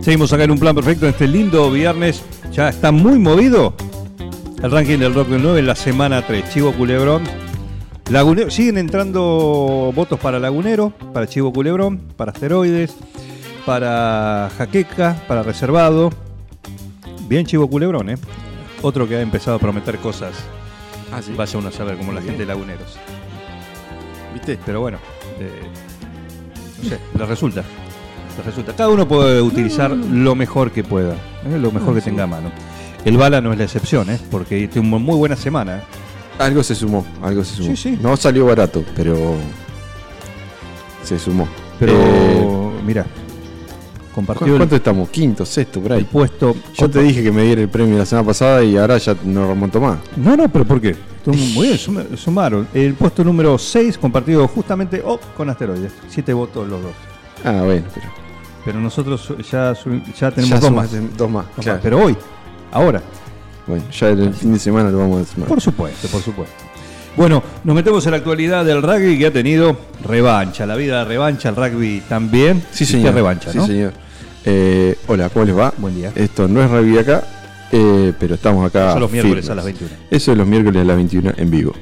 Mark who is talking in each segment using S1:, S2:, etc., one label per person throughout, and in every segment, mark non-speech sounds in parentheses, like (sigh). S1: Seguimos acá en un plan perfecto en este lindo viernes. Ya está muy movido el ranking del Rock del 9 en la semana 3. Chivo Culebrón. Lagunero. Siguen entrando votos para Lagunero, para Chivo Culebrón, para Asteroides, para Jaqueca, para Reservado. Bien Chivo Culebrón, ¿eh? Otro que ha empezado a prometer cosas. Vaya uno a saber, como la gente de Laguneros.
S2: ¿Viste?
S1: Pero bueno, eh, no sé, les resulta. Les resulta. Cada uno puede utilizar lo mejor que pueda, ¿eh? lo mejor que tenga a mano. El Bala no es la excepción, ¿eh? porque tuvo muy buena semana. ¿eh?
S2: Algo se sumó, algo se sumó.
S1: Sí, sí.
S2: No salió barato, pero se sumó.
S1: Pero,
S2: Eh,
S1: mira,
S2: ¿cu-
S1: compartió el,
S2: ¿Cuánto estamos? Quinto, sexto, por
S1: el
S2: ahí.
S1: puesto.
S2: Yo te dije que me diera el premio la semana pasada y ahora ya no remonto más.
S1: No, no, pero ¿por qué? Estuvo
S2: (laughs)
S1: Muy bien, suma- sumaron. El puesto número 6, compartido justamente oh, con Asteroides. Siete votos los dos.
S2: Ah, bueno, pero
S1: Pero nosotros ya, su- ya tenemos
S2: ya
S1: dos más.
S2: sumaste Dos más,
S1: Dos más.
S2: claro.
S1: Pero hoy, ahora,
S2: Bueno, ya el fin de semana lo vamos a sumar.
S1: Por supuesto, por supuesto. Bueno, nos metemos en la actualidad del rugby que ha tenido revancha, la vida de revancha, el rugby también.
S2: Sí,
S1: Y
S2: señor.
S1: que revancha,
S2: Sí,
S1: ¿no?
S2: señor. Eh, hola, ¿cómo les va?
S1: Buen día.
S2: Esto no es revía acá, eh, pero estamos acá.
S1: Eso los miércoles
S2: firmes.
S1: a las 21.
S2: Eso es los miércoles a las 21 en vivo.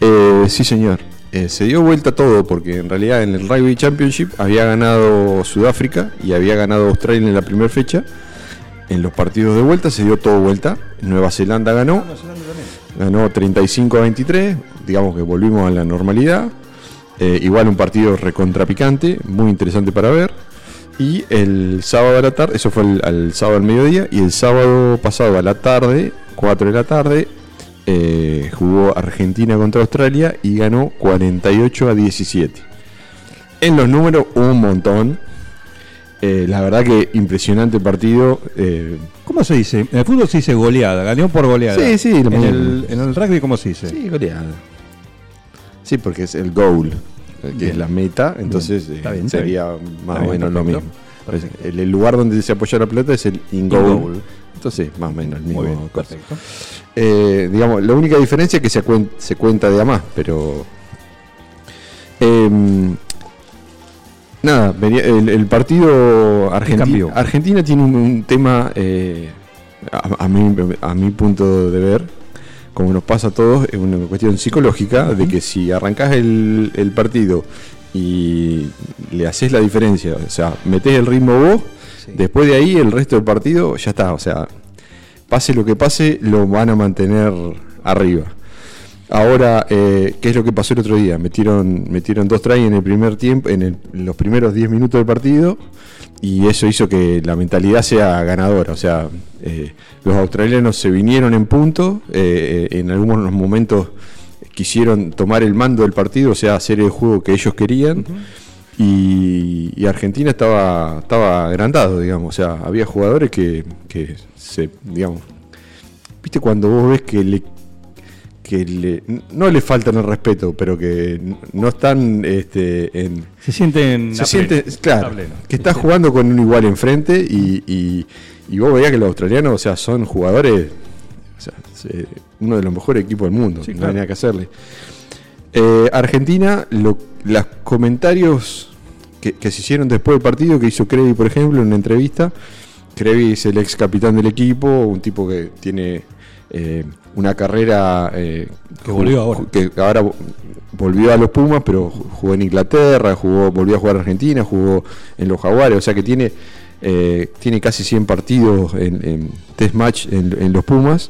S2: Eh, sí, señor. Eh, se dio vuelta todo porque en realidad en el Rugby Championship había ganado Sudáfrica y había ganado Australia en la primera fecha. En los partidos de vuelta se dio todo vuelta. Nueva Zelanda ganó. Ganó 35 a 23. Digamos que volvimos a la normalidad. Eh, igual un partido recontrapicante, muy interesante para ver. Y el sábado a la tarde, eso fue el, al sábado al mediodía, y el sábado pasado a la tarde, 4 de la tarde, eh, jugó Argentina contra Australia y ganó 48 a 17. En los números, un montón. Eh, la verdad que impresionante partido. eh,
S1: ¿Cómo se dice? En el fútbol se dice goleada, ganó por goleada.
S2: Sí, sí,
S1: En
S2: lo mismo.
S1: el, en el rugby, ¿cómo se dice?
S2: Sí, goleada. Sí, porque es el goal, eh, que es
S1: Bien.
S2: la meta, entonces
S1: Está
S2: eh,
S1: bien, está
S2: sería más
S1: Está
S2: o
S1: bien,
S2: menos lo
S1: perfecto.
S2: mismo. El, el lugar donde se apoya la pelota es el in-goal. Entonces, más o menos el mismo.
S1: Muy bien,
S2: cosa.
S1: perfecto.
S2: Eh, digamos, la única diferencia es que se, cuen- se cuenta de a más, pero. Em, nada, venía- el, el partido argentino.
S1: cambió?
S2: Argentina tiene un, un tema, eh, a, a mi, a mi punto de ver, como nos pasa a todos, es una cuestión psicológica de que si arrancás el, el partido y le haces la diferencia, o sea, metés el ritmo vos, después de ahí el resto del partido ya está, o sea, pase lo que pase, lo van a mantener arriba. Ahora, eh, ¿qué es lo que pasó el otro día? Metieron, metieron dos tries en el primer tiempo, en, el- en los primeros 10 minutos del partido, y eso hizo que la mentalidad sea ganadora. O sea, eh, los australianos se vinieron en punto, eh, eh, en algunos momentos quisieron tomar el mando del partido, o sea, hacer el juego que ellos querían. Y, y Argentina estaba, estaba agrandado, digamos. O sea, había jugadores que, que se, digamos. Viste cuando vos ves que le que le- no le faltan el respeto, pero que n- no están este, en...
S1: Se sienten.
S2: Se
S1: a
S2: siente,
S1: pleno.
S2: claro,
S1: A pleno.
S2: que está jugando con un igual enfrente y, y, y vos veías que los australianos, o sea, son jugadores, o sea, se- uno de los mejores equipos del mundo,
S1: Sí,
S2: no
S1: claro.
S2: hay nada que hacerle. Eh, Argentina, lo- los comentarios que, que se hicieron después del partido, que hizo Crevi, por ejemplo, en una entrevista, Crevi es el ex capitán del equipo, un tipo que tiene eh, una carrera eh,
S1: Que volvió ahora.
S2: que ahora vo- volvió a los Pumas, pero ju- jugó en Inglaterra, jugó, volvió a jugar a Argentina, jugó en los Jaguares, o sea que tiene, eh, tiene casi 100 partidos en, en test match en, en los Pumas.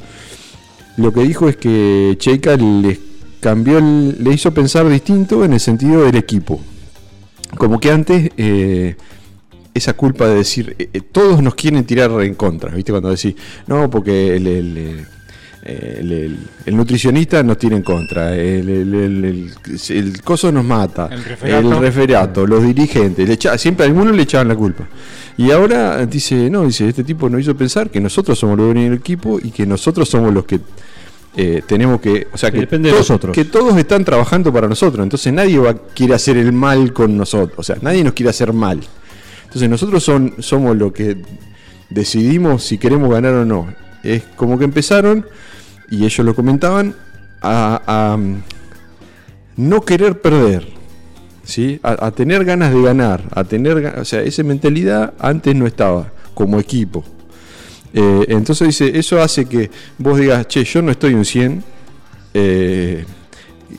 S2: Lo que dijo es que Cheika les cambió, el- le hizo pensar distinto en el sentido del equipo. Como que antes eh, esa culpa de decir, eh, eh, todos nos quieren tirar en contra, ¿viste? Cuando decís, no, porque el, el, eh, eh, el, el- el nutricionista nos tiene en contra, el, el, el- el- el coso nos mata,
S3: El referato.
S2: el referato, los dirigentes, le echa- siempre a alguno le echaban la culpa. Y ahora dice, no, dice, este tipo nos hizo pensar que nosotros somos los dueños del equipo y que nosotros somos los que eh, tenemos que, o sea,
S1: Que
S2: que,
S1: depende de nosotros.
S2: que todos están trabajando para nosotros, entonces nadie va, quiere hacer el mal con nosotros, o sea, nadie nos quiere hacer mal. Entonces nosotros son, somos lo que decidimos si queremos ganar o no. Es como que empezaron, y ellos lo comentaban, a, a, mm, no querer perder, ¿sí? a, a tener ganas de ganar, a tener, ga- o sea, esa mentalidad antes no estaba como equipo. Eh, entonces dice, eso hace que vos digas, che, yo no estoy un 100, eh,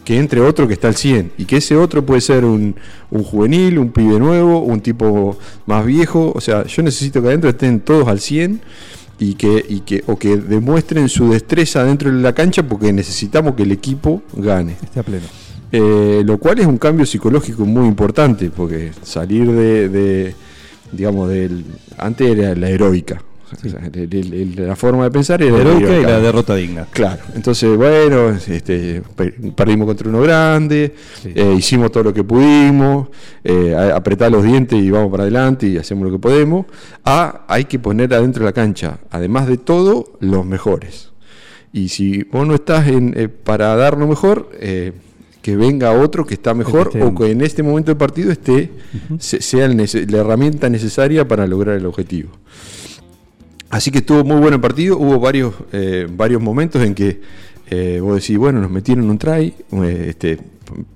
S2: que entre otro que está al 100 y que ese otro puede ser un, un juvenil, un pibe nuevo, un tipo más viejo, o sea, yo necesito que adentro estén todos al 100 y que, y que o que demuestren su destreza dentro de la cancha porque necesitamos que el equipo gane.
S1: Está pleno.
S2: Eh, lo cual es un cambio psicológico muy importante, porque salir de, de, digamos, del. Antes era la heroica. O sea, el- el- el- la forma de pensar era
S1: La heroica y
S2: heroica.
S1: la derrota digna.
S2: Claro, entonces, bueno, este, per- perdimos contra uno grande, eh, hicimos todo lo que pudimos, eh, a- apretar los dientes y vamos para adelante y hacemos lo que podemos. A, hay que poner adentro de la cancha, además de todo, los mejores. Y si vos no estás en, eh, para dar lo mejor, eh, que venga otro que está mejor
S1: esté-
S2: o que en este momento del partido esté, se- sea el nece- la herramienta necesaria para lograr el objetivo. Así que estuvo muy bueno el partido. Hubo varios, eh, varios momentos en que eh, vos decís, bueno, nos metieron un try, eh, este,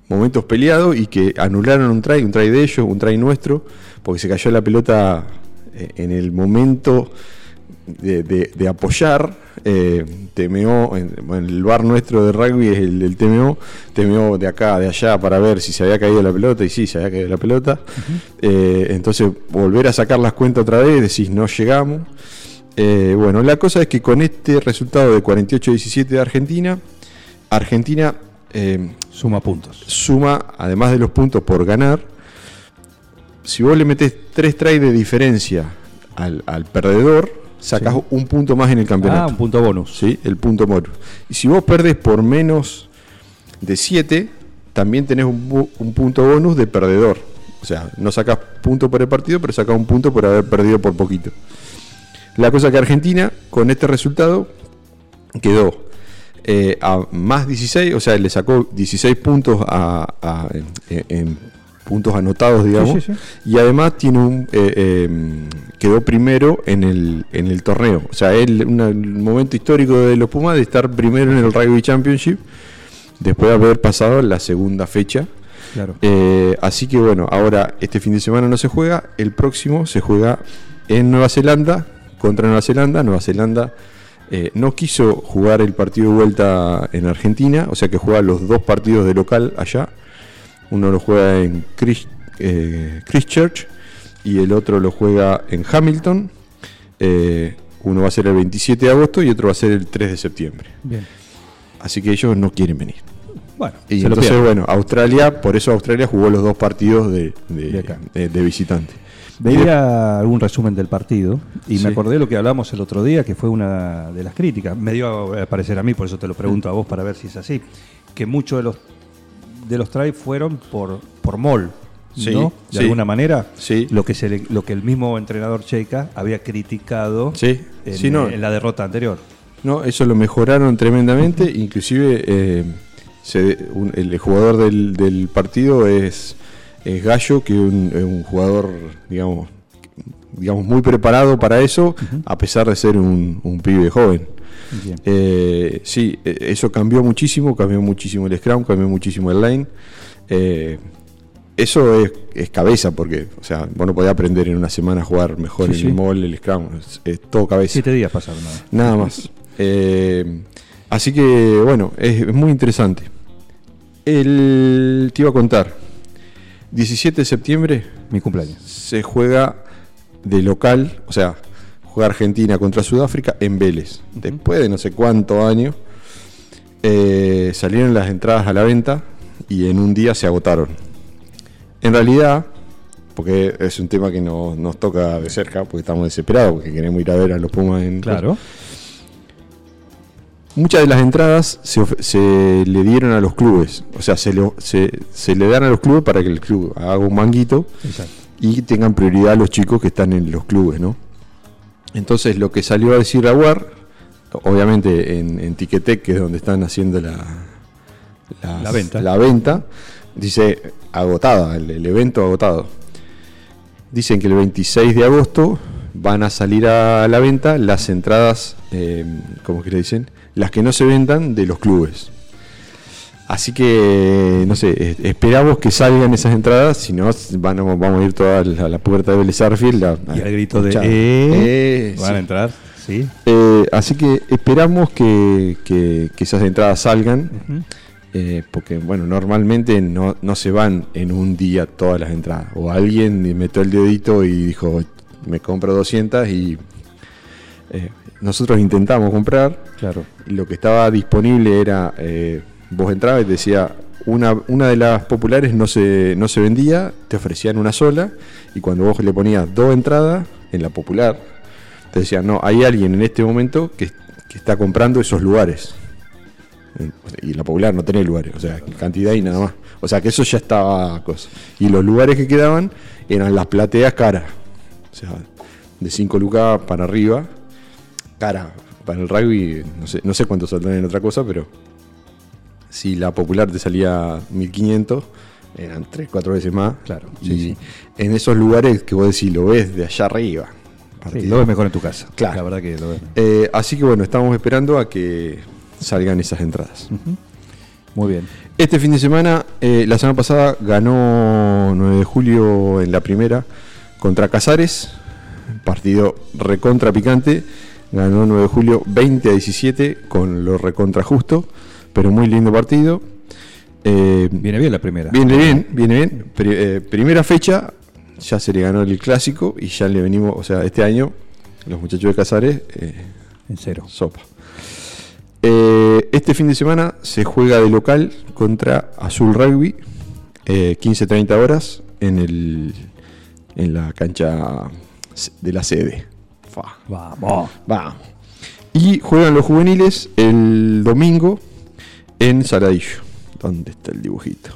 S2: momentos peleados y que anularon un try, un try de ellos, un try nuestro, porque se cayó la pelota eh, en el momento de, de- de apoyar. eh, TMO, en- bueno, el bar nuestro de rugby es el del TMO, TMO de acá, de allá, para ver si se había caído la pelota, y sí, se había caído la pelota. Eh, entonces, volver a sacar las cuentas otra vez, decís, no llegamos. Eh, bueno, la cosa es que con este resultado de 48-17 de Argentina, Argentina eh,
S1: Suma puntos.
S2: suma, además de los puntos por ganar, si vos le metés 3 tries de diferencia al, al perdedor, sacás un punto más en el
S1: Ah,
S2: campeonato.
S1: un punto bonus.
S2: ¿sí? El punto moro. Y si vos perdés por menos de 7, también tenés un, bu- un punto bonus de perdedor. O sea, no sacás punto por el partido, pero sacás un punto por haber perdido por poquito. La cosa que Argentina, con este resultado, quedó eh, a más 16, o sea, le sacó 16 puntos a, a- en, en- en puntos anotados, digamos.
S1: sí,
S2: Y además tiene un eh, eh, quedó primero en el, en el torneo. O sea, es un momento histórico de los Pumas de estar primero en el Rugby Championship después de haber pasado la segunda fecha.
S1: Claro.
S2: Eh, así que bueno, ahora este fin de semana no se juega, el próximo se juega en Nueva Zelanda, contra Nueva Zelanda. Nueva Zelanda eh, no quiso jugar el partido de vuelta en Argentina, o sea que juega los dos partidos de local allá. Uno lo juega en Christ- eh, Christchurch y el otro lo juega en Hamilton. Eh, uno va a ser el 27 de agosto y otro va a ser el 3 de septiembre.
S1: Bien.
S2: Así que ellos no quieren venir.
S1: Bueno,
S2: Y
S1: se lo
S2: entonces,
S1: pierden.
S2: bueno, Australia, por eso Australia jugó los dos partidos de, de,
S1: De acá.
S2: eh, de visitante.
S1: Veía algún resumen del partido y
S2: Sí.
S1: me acordé lo que hablamos el otro día, que fue una de las críticas. Me dio a parecer a mí, por eso te lo pregunto a vos para ver si es así. Que muchos de los de los tries fueron por por mol,
S2: Sí,
S1: ¿no? De
S2: sí.
S1: alguna manera,
S2: Sí.
S1: lo que se le- lo que el mismo entrenador checa había criticado
S2: Sí,
S1: en,
S2: sí, no.
S1: en la derrota anterior.
S2: No, eso lo mejoraron tremendamente. Inclusive eh, se- un- el jugador del, del partido es, es Gallo, que un- es un jugador, digamos, digamos, muy preparado para eso, a pesar de ser un, un pibe joven.
S1: Bien.
S2: Eh, sí, eh, eso cambió muchísimo, cambió muchísimo el Scrum, cambió muchísimo el Line. Eh, eso es, es cabeza, porque, o sea, vos no podés aprender en una semana a jugar mejor
S1: Sí,
S2: el
S1: sí.
S2: mall, el Scrum, es, es todo cabeza.
S1: Siete días pasaron. nada. (laughs)
S2: Nada más. Eh, así que, bueno, es, es muy interesante. El, te iba a contar. 17 de septiembre
S1: Mi cumpleaños.
S2: se juega de local, o sea, juega Argentina contra Sudáfrica en Vélez. Después de no sé cuánto año, eh, salieron las entradas a la venta y en un día se agotaron. En realidad, porque es un tema que no- nos toca de cerca, porque estamos desesperados, porque queremos ir a ver a los Pumas en
S1: Claro.
S2: muchas de las entradas se, of- se le dieron a los clubes. O sea, se le, se- se le dan a los clubes para que el club haga un manguito y tengan prioridad los chicos que están en los clubes, ¿no? Entonces lo que salió a decir Aguar, obviamente en, en Tiquetec, que es donde están haciendo la, las-
S1: La venta.
S2: venta, dice agotada, el, el evento agotado. Dicen que el 26 de agosto van a salir a la venta las entradas, eh, ¿cómo que le dicen? Las que no se vendan de los clubes. Así que, no sé, es- esperamos que salgan esas entradas, si no, van a- vamos a ir toda la- a la puerta de Vélez Arfield. a-
S1: Y el grito de.
S2: Chao.
S1: "Eh",
S2: Eh,
S1: van a
S2: sí.
S1: entrar, sí.
S2: Eh, así que esperamos que, que- que esas entradas salgan, eh, porque bueno, normalmente no, no se van en un día todas las entradas. O alguien metió el dedito y dijo, me compro 200 y eh, nosotros intentamos comprar.
S1: Claro.
S2: Y Lo que estaba disponible era, eh, vos entrabas y te decía, una, una de las populares no se, no se vendía, te ofrecían una sola, y cuando vos le ponías dos entradas en la popular, te decían, no, hay alguien en este momento que, que está comprando esos lugares. Eh, Y la popular no tenía lugares, o sea, cantidad y nada más. O sea, que eso ya estaba cosa. Y los lugares que quedaban eran las plateas caras. O sea, de 5 lucas para arriba cara para el rugby, no sé, no sé cuánto saldrán en otra cosa, pero si la popular te salía 1500, eran 3, 4 veces más.
S1: Claro,
S2: Y
S1: sí, sí.
S2: en esos lugares que vos decís, lo ves de allá arriba.
S1: Sí,
S2: Partido.
S1: lo ves mejor en tu casa.
S2: Claro.
S1: La verdad que lo ves.
S2: Eh, así que bueno, estamos esperando a que salgan esas entradas.
S1: Muy bien.
S2: Este fin de semana, eh, la semana pasada ganó 9 de julio en la primera contra Casares, partido recontra picante. Ganó 9 de julio 20 a 17 con lo recontra justo, pero muy lindo partido. Eh,
S1: Viene bien la primera.
S2: Viene bien, viene bien. Pri- eh, primera fecha, ya se le ganó el clásico y ya le venimos, o sea, este año los muchachos de Casares eh,
S1: En cero.
S2: Sopa. Eh, este fin de semana se juega de local contra Azul Rugby, eh, 15-30 horas, en, el, en la cancha de la sede. Fa.
S1: Vamos.
S2: Vamos. Y juegan los juveniles el domingo en Saladillo. ¿Dónde está el dibujito?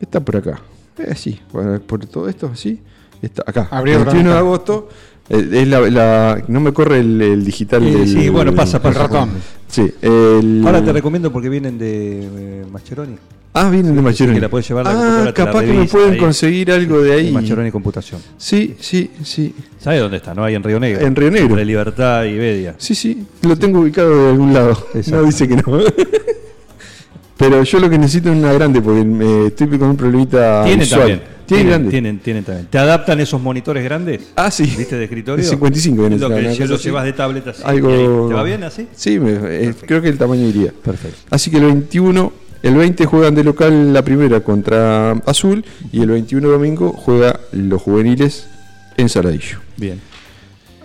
S2: Está por acá. Eh, sí, bueno, por todo esto, sí. Está acá.
S4: Abrió
S2: 21 de
S4: Granada.
S2: agosto. eh, es la- la- no me corre el, el digital
S1: Sí,
S2: del
S1: sí, bueno, pasa, pasa.
S2: del Sí, el-
S1: Ahora te recomiendo porque vienen de eh, Mascheroni.
S2: Ah, vienen de Macheroni.
S1: que la puedes llevar a la
S2: ah,
S1: computadora, te la
S2: capaz que me
S1: revisas
S2: pueden
S1: ahí.
S2: conseguir algo de
S1: De
S2: ahí.
S1: Mascheroni Computación.
S2: Sí, sí, sí.
S1: ¿Sabe dónde está? No hay en Río Negro.
S2: En Río Negro.
S1: Entre Libertad y Bedia.
S2: Sí, sí, lo tengo ubicado de algún lado.
S1: Exacto.
S2: No dice que no. (laughs) Pero yo lo que necesito es una grande porque me estoy con un problemita.
S1: Tienen
S2: Ah, visual.
S1: también.
S2: Tienen,
S1: Tienen,
S2: grande.
S1: Tienen, tienen también. ¿Te adaptan esos monitores grandes?
S2: Ah, sí.
S1: ¿Viste de escritorio?
S2: De 55 viene
S1: Lo
S2: esa,
S1: que
S2: una
S1: ya
S2: cosa
S1: lo
S2: así.
S1: llevas de tablet así. y
S2: Algo...
S1: ahí. ¿Te va bien así?
S2: Sí, me- eh, creo que el tamaño iría.
S1: Perfecto.
S2: Así que el 21, el 20 juegan de local la primera contra Azul y el 21 domingo juega los juveniles en Saladillo.
S1: Bien.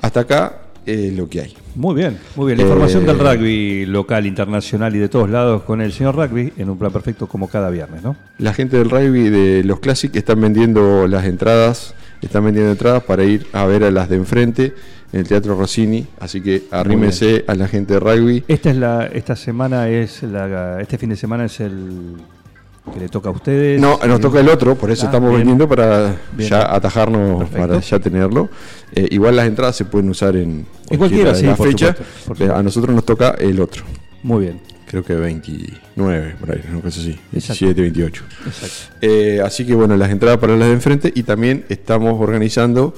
S2: Hasta acá eh, lo que hay.
S1: Muy bien, muy bien. La
S2: Eh,
S1: información del rugby local, internacional y de todos lados con el señor rugby en un plan perfecto como cada viernes, ¿no?
S2: La gente del rugby de los Classic están vendiendo las entradas, están vendiendo entradas para ir a ver a las de enfrente en el Teatro Rossini, así que arrímense a la gente de rugby.
S1: Esta es la, esta semana es la, este fin de semana es el que le toca a ustedes.
S2: No, nos toca el otro, por eso
S1: Ah,
S2: estamos
S1: bien.
S2: vendiendo para
S1: Bien.
S2: ya atajarnos,
S1: Perfecto.
S2: para ya tenerlo. Eh, igual las entradas se pueden usar en
S1: En cualquiera, sí,
S2: de las
S1: por
S2: fechas.
S1: supuesto, por
S2: Eh,
S1: supuesto.
S2: a nosotros nos toca el otro,
S1: Muy bien.
S2: creo que 29, por ahí, una cosa así,
S1: Exacto.
S2: 17, 28.
S1: Exacto.
S2: Eh, así que bueno, las entradas para las de enfrente y también estamos organizando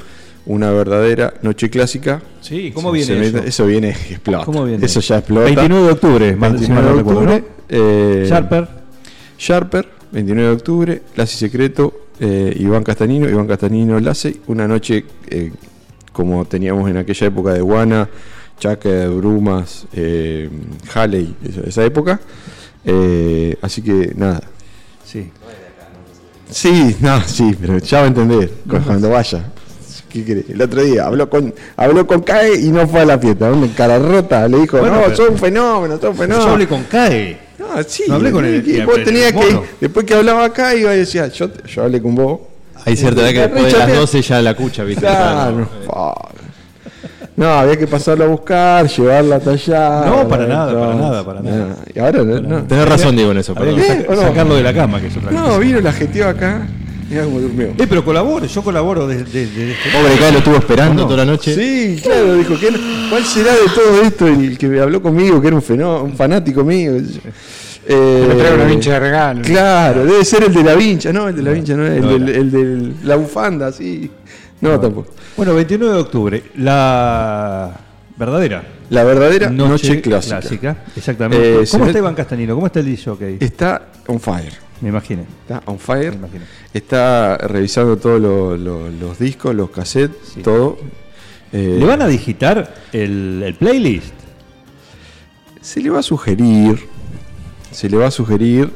S2: una verdadera noche clásica.
S1: Sí, ¿cómo
S2: Se-
S1: viene
S2: se
S1: eso?
S2: mete- eso viene explota.
S1: ¿Cómo viene?
S2: Eso ya explota.
S1: 29 de octubre, mal- si mal
S2: 29
S1: no
S2: de
S1: recuerdo,
S2: octubre. eh,
S1: Sharper,
S2: Sharper, 29 de octubre, Lace Secreto, eh, Iván Castanino, Iván Castanino, Lace. Una noche eh, como teníamos en aquella época de Guana, Chaca, Brumas, eh, Halley, esa, esa época. Eh, así que nada,
S1: sí.
S2: Sí, no, sí, pero ya va a entender cu- cuando vaya. ¿Qué querés? El otro día habló con habló con CAE y no fue a la fiesta. Una cara rota le dijo,
S1: Bueno,
S2: no,
S1: pero-
S2: sos un fenómeno, sos un fenómeno.
S1: Yo hablé con CAE.
S2: No, sí,
S1: no hablé con
S2: tenés
S1: el-
S2: que-
S1: el-
S2: vos
S1: el
S2: tenías que,
S1: mono.
S2: después que hablaba acá, iba y decía, yo, te- yo hablé
S1: (laughs)
S2: con vos.
S3: Hay cierta edad que después de
S2: Richard,
S3: las 12 ya la cucha, ¿viste?
S2: Claro, fuck. No, había que pasarla a buscar, llevarla a tallar.
S1: No, para nada,
S2: entonces,
S1: para nada, para nada.
S2: Ah, Y ahora no. no.
S3: Tenés razón, Diego, en eso.
S1: Habría
S3: perdón.
S1: que
S2: ¿Eh?
S1: sac-
S2: ¿O no?
S1: sacarlo de la cama, que es otra cosa.
S2: No, vino, la jeteó acá. Mira cómo durmió.
S1: Eh, pero colaboro, yo colaboro desde... desde este-
S3: Pobre acá lo estuvo esperando toda la noche.
S2: Sí, claro, dijo, ¿qué- ¿cuál será de todo esto el que habló conmigo, que era un, fenó- un fanático mío? Eh,
S4: Me trae una vincha de regalo.
S2: Claro, debe ser el de la vincha, no, el de la vincha, no, el, del, el de la bufanda, sí. No, tampoco.
S1: Bueno, 29 de octubre, la verdadera
S2: La verdadera noche, clásica. Eh,
S1: Exactamente.
S2: se
S1: ¿Cómo
S2: ve-
S1: está Iván Castanino? ¿Cómo está el DJ? Okay?
S2: Está on fire.
S1: Me imagino.
S2: Está on fire.
S1: Me imagino.
S2: Está revisando todos lo- lo- los discos, los cassettes,
S1: Sí.
S2: todo. Eh,
S1: ¿Le van a digitar el, el playlist?
S2: Se le va a sugerir. Se le va a sugerir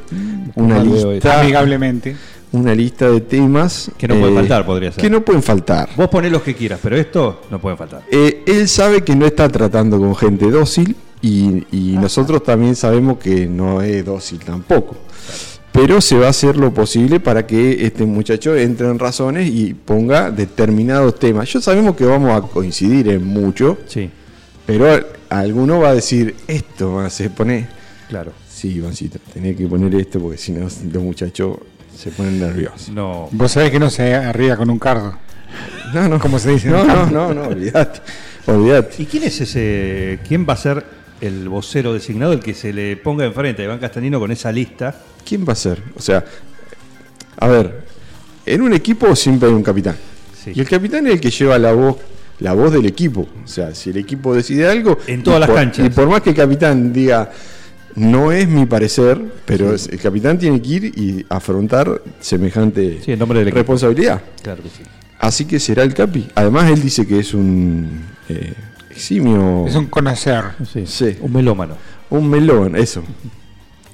S2: una
S1: no veo
S2: lista,
S4: Amigablemente.
S2: una lista de temas eh,
S1: Que no pueden faltar, podría ser.
S2: Que no pueden faltar.
S1: Vos ponés los que quieras, pero esto no puede faltar.
S2: Eh, él sabe que no está tratando con gente dócil y, y nosotros también sabemos que no es dócil tampoco. Pero se va a hacer lo posible para que este muchacho entre en razones y ponga determinados temas. Yo sabemos que vamos a coincidir en mucho,
S1: Sí,
S2: pero alguno va a decir, esto va, se pone...
S1: claro.
S2: Sí, Ivancito, tenés que poner esto porque si no los muchachos se ponen nerviosos.
S1: No.
S4: Vos sabés que no se arría con un cardo.
S2: No, no,
S4: Como se
S1: (laughs)
S4: dice en
S2: No,
S4: el
S2: no,
S4: campo.
S2: no, no, olvidate. Olvidate.
S1: ¿Y quién es ese? ¿Quién va a ser el vocero designado, el que se le ponga enfrente a Iván Castanino con esa lista?
S2: ¿Quién va a ser? O sea, a ver, en un equipo siempre hay un capitán.
S1: Sí.
S2: Y el capitán es el que lleva la voz, la voz del equipo. O sea, si el equipo decide algo.
S1: En todas
S2: y
S1: las
S2: por-
S1: canchas.
S2: Y por más que el capitán diga, no es mi parecer, pero es- el capitán tiene que ir y afrontar semejante
S1: Sí, en nombre del equipo.
S2: responsabilidad.
S1: Claro que sí.
S2: Así que será el capi. Además, él dice que es un eh, eximio.
S4: Es un conocer.
S2: Sí.
S1: Un melómano.
S2: un melón, eso.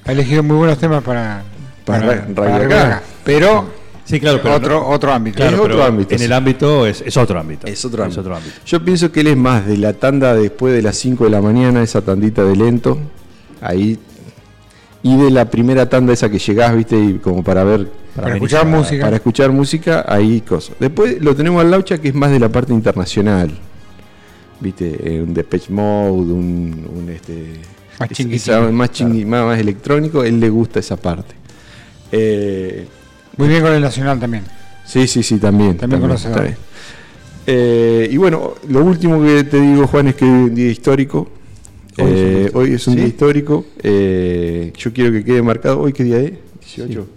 S4: Ha elegido muy buenos temas para.
S2: Para ra- radiar
S4: radiar
S2: acá.
S4: acá. Pero.
S1: Sí, claro, pero
S4: otro,
S1: no-
S4: otro ámbito.
S1: Claro,
S2: Es otro
S1: pero
S2: ámbito,
S1: En
S2: sí.
S1: el ámbito es, es otro ámbito.
S2: Es otro ámbito. Yo pienso que él es más de la tanda después de las 5 de la mañana, esa tandita de lento, ahí. Y de la primera tanda esa que llegás, viste, y como para ver,
S4: Para, escuchar
S1: amenizar.
S4: música.
S2: para escuchar música, ahí cosas. Después lo tenemos al Laucha, que es más de la parte internacional. Viste, eh, un Depeche Mode, un, un, este.
S4: Más
S2: es-
S4: chinguitito,
S2: esa- más, chingui- más, más electrónico, él le gusta esa parte. Eh,
S4: Muy bien con el nacional también.
S2: Sí, sí, sí, también.
S4: También conocedor.
S2: está bien. Eh, y bueno, lo último que te digo, Juan, es que hoy es un día histórico. Eh, Hoy es un, día histórico. Eh, yo quiero que quede marcado. ¿Hoy qué día es? 18.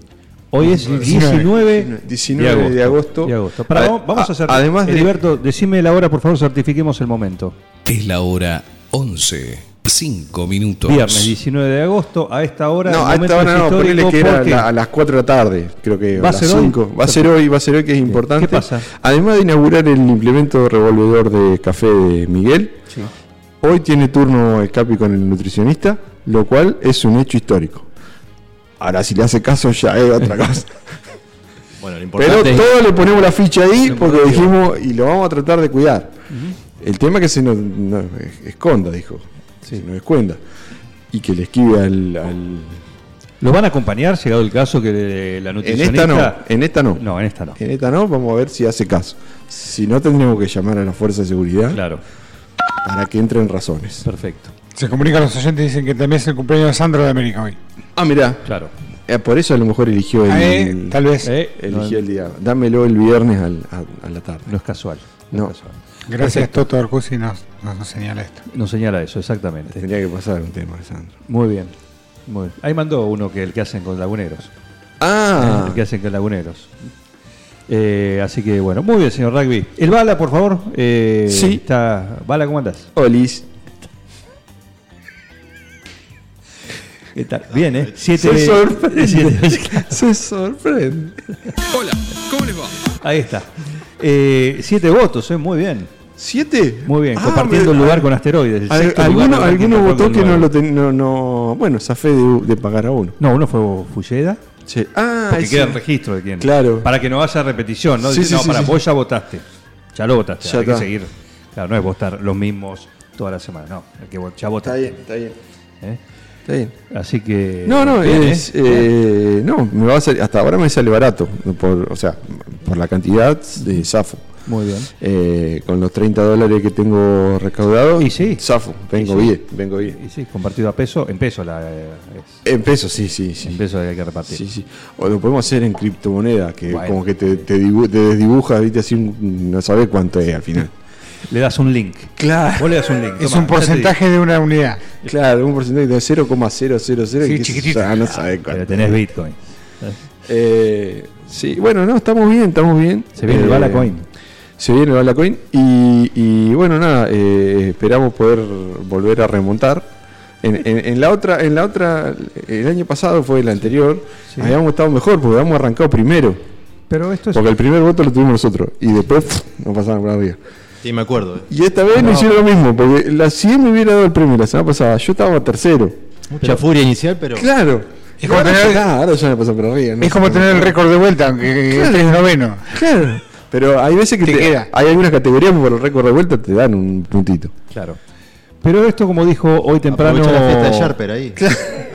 S1: Hoy es 19,
S2: 19 de agosto.
S1: de agosto. Pará,
S2: A-
S1: vamos- vamos a
S2: a-
S1: hacer.
S2: además de-
S1: Heriberto, decime la hora, por favor, certifiquemos el momento.
S5: Es la hora 11, 5 minutos.
S1: Viernes 19 de agosto, a esta hora.
S2: no,
S1: el
S2: a esta
S1: momento
S2: hora
S1: es
S2: no, ponele
S1: histórico
S2: que era a
S1: porque-
S2: la- a las 4 de la tarde, creo que. o
S1: ¿Va a
S2: las
S1: ser hoy?
S2: 5. Va a ser hoy, va a ser hoy, que es importante.
S1: ¿Qué pasa?
S2: Además de inaugurar el implemento revolvedor de café de Miguel, hoy tiene turno el Capi con el nutricionista, lo cual es un hecho histórico. Ahora, si le hace caso, ya es
S1: (laughs)
S2: otra cosa.
S3: Bueno, lo
S2: Pero
S3: importante es-
S2: todos le ponemos la ficha ahí porque dijimos, y lo vamos a tratar de cuidar. El tema es que se nos no, esconda, dijo. Se nos esconda. Y que le esquive al- al
S1: ¿Lo van a acompañar, llegado el caso que la
S2: En
S1: nutricionista.
S2: esta no, en esta no.
S1: No, en esta no.
S2: En esta no, vamos a ver si hace caso. Si no, tendremos que llamar a la fuerza de seguridad
S1: Claro,
S2: para que entren razones.
S1: perfecto.
S4: Se comunican los oyentes y dicen que también es el cumpleaños de Sandro de América hoy.
S2: Ah, mirá,
S1: Claro.
S2: eh, por eso a lo mejor eligió el,
S4: Ah, eh, tal vez.
S1: Eh, no,
S2: eligió el día. Dámelo el viernes al- a, a la tarde.
S1: no es casual.
S2: No,
S4: Gracias Toto Arcusi nos, nos, nos señala esto.
S1: Nos señala eso, exactamente.
S2: tendría que pasar un tema, Sandro.
S1: Muy bien. Muy bien. Ahí mandó uno que el que hacen con laguneros. ¿eh?
S2: Ah,
S1: que hacen con Laguneros. Eh, así que bueno, muy bien, señor Rugby. El Bala, por favor. eh,
S2: Sí.
S1: Está... Bala, ¿cómo andás?
S2: Olis.
S1: ¿Qué tal? Bien, ¿eh? Siete,
S2: Se
S1: (laughs)
S2: sorprende.
S1: siete-
S2: Se sorprende.
S1: ahí está. Eh, siete votos, ¿eh? Muy bien.
S2: ¿Siete?
S1: Muy bien.
S2: Ah,
S1: Compartiendo
S2: me-
S1: el lugar con asteroides. el
S2: Al-
S1: sexto lugar
S2: alguno
S1: del ranking
S2: alguno
S1: del
S2: votó
S1: ranking
S2: que no
S1: global.
S2: lo ten- no, no- Bueno, zafé de, de pagar a uno.
S1: No, uno fue Fulleda.
S2: Sí. Ah,
S1: Porque
S2: ese-
S1: queda el registro de quién.
S2: Claro.
S1: Para que no haya repetición, ¿no?
S2: Sí,
S1: Dice,
S2: sí,
S1: no,
S2: sí,
S1: para,
S2: sí.
S1: vos ya votaste. Ya lo votaste.
S2: Ya
S1: hay que
S2: está.
S1: seguir. Claro, no es votar los mismos toda la semana. No, el que vo- ya
S2: Está
S1: votaste.
S2: bien, está bien.
S1: ¿eh?
S2: Está bien.
S1: Así que.
S2: No, no,
S1: bien,
S2: es,
S1: ¿eh?
S2: eh, no, me va a salir- hasta ahora me sale barato, por, o sea, por la cantidad de zafo.
S3: Muy bien.
S2: Eh, con los 30 dólares que tengo recaudados,
S1: Y sí.
S2: zafo, vengo
S1: Y sí.
S2: bien, vengo bien.
S1: Y sí, compartido a peso, en peso la, eh, es-
S2: En pesos, sí, sí, sí.
S1: en peso hay que repartir.
S2: Sí, sí. O lo podemos hacer en criptomoneda, que
S1: Bueno.
S2: como que te, te, dibu- te desdibuja, viste, así un- no sabes cuánto es
S1: (laughs)
S2: al final.
S1: Le das un link.
S2: Claro.
S1: Vos le das un link.
S4: Es
S1: Tomá,
S4: un
S1: ya te
S4: porcentaje de una unidad.
S2: Claro, un porcentaje de 0,000.
S4: Sí,
S2: que qué sé
S4: chiquitito.
S2: yo, no sabes
S1: digo. Pero
S2: cuánto.
S1: tenés Bitcoin.
S2: Eh, sí, bueno, no, estamos bien, estamos bien.
S1: Se viene el
S2: Eh,
S1: Balacoin.
S2: Se viene el Balacoin. Y, y bueno, nada, eh, esperamos poder volver a remontar. En, en- en la otra, en la otra, el año pasado fue el anterior, habíamos estado mejor porque habíamos arrancado primero.
S1: Pero esto es.
S2: Porque el primer voto lo tuvimos nosotros y después pf, nos pasaron por arriba.
S3: Sí, me acuerdo. eh.
S2: Y esta vez no, hicieron lo mismo, porque la CIE me hubiera dado el premio la semana pasada, yo estaba tercero.
S3: Mucha furia inicial, pero.
S2: Claro.
S4: Es
S2: Y
S4: como
S2: ahora,
S4: tener-
S2: ya, ahora ya me pasaron por arriba. ¿no?
S4: Es como tener el récord de vuelta, aunque
S2: Claro.
S4: estés noveno.
S2: Claro. Pero hay veces que
S4: Te
S2: te,
S4: queda.
S2: hay algunas categorías que por el récord de vuelta te dan un puntito.
S1: Claro. Pero esto, como dijo hoy temprano.
S3: Aprovecha la fiesta de Sharper ahí.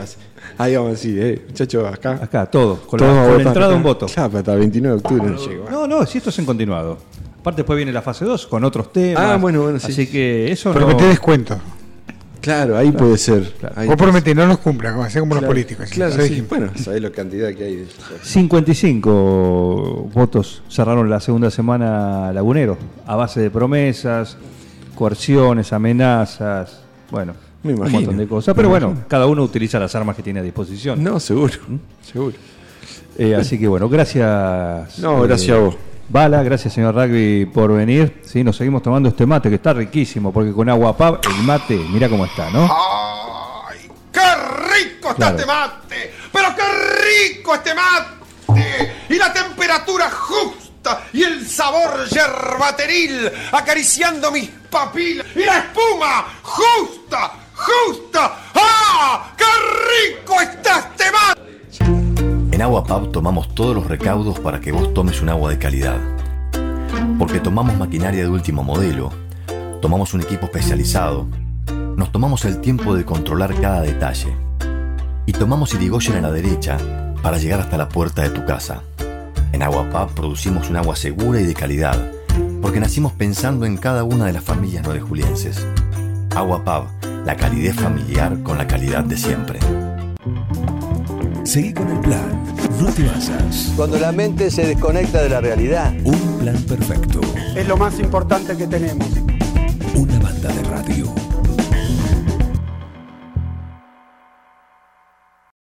S3: Así.
S2: Ahí vamos así, eh, muchachos, acá.
S1: Acá, todo. Con,
S2: todos
S1: la,
S2: a
S1: con la
S2: votar.
S1: entrada un voto.
S2: Claro, pero hasta el 29 de octubre no llegó.
S1: No, no, si esto es en continuado. Aparte, después viene la fase 2 con otros temas.
S2: Ah, bueno, bueno, sí,
S1: Así
S2: sí.
S1: que eso
S4: Pero
S1: no.
S4: meté descuento.
S2: Claro, ahí puede ser. Ahí
S4: Vos
S2: puede ser.
S4: prometés, no nos cumpla, como hacen como los políticos.
S2: Claro,
S4: Ya
S2: sí.
S4: dijimos.
S2: Bueno, sabés la cantidad que hay. de-
S1: 55 votos cerraron la segunda semana lagunero, a base de promesas, coerciones, amenazas, bueno,
S2: Me
S1: un
S2: imagino.
S1: montón de cosas. Pero bueno, cada uno utiliza las armas que tiene a disposición.
S2: No, seguro. Seguro.
S1: Eh, así que bueno, gracias.
S2: No, gracias a vos.
S1: Bala, gracias señor Rugby por venir. Sí, nos seguimos tomando este mate que está riquísimo, porque con agua pub el mate, mira cómo está, ¿no?
S6: ¡Ay! ¡Qué rico está
S1: Claro.
S6: este mate! ¡Pero qué rico este mate! Y la temperatura justa y el sabor yerbateril acariciando mis papilas y la espuma justa, justa. ¡Ah! ¡Qué rico está este mate!
S7: En Agua Pub tomamos todos los recaudos para que vos tomes un agua de calidad. Porque tomamos maquinaria de último modelo, tomamos un equipo especializado, nos tomamos el tiempo de controlar cada detalle. Y tomamos Irigoyen a la derecha para llegar hasta la puerta de tu casa. En Agua Pub producimos un agua segura y de calidad, porque nacimos pensando en cada una de las familias norejulienses. Agua Pub, la calidez familiar con la calidad de siempre.
S8: Seguí con el plan. No te basas.
S7: Cuando la mente se desconecta de la realidad,
S8: Un plan perfecto.
S9: Es lo más importante que tenemos.
S8: Una banda de radio.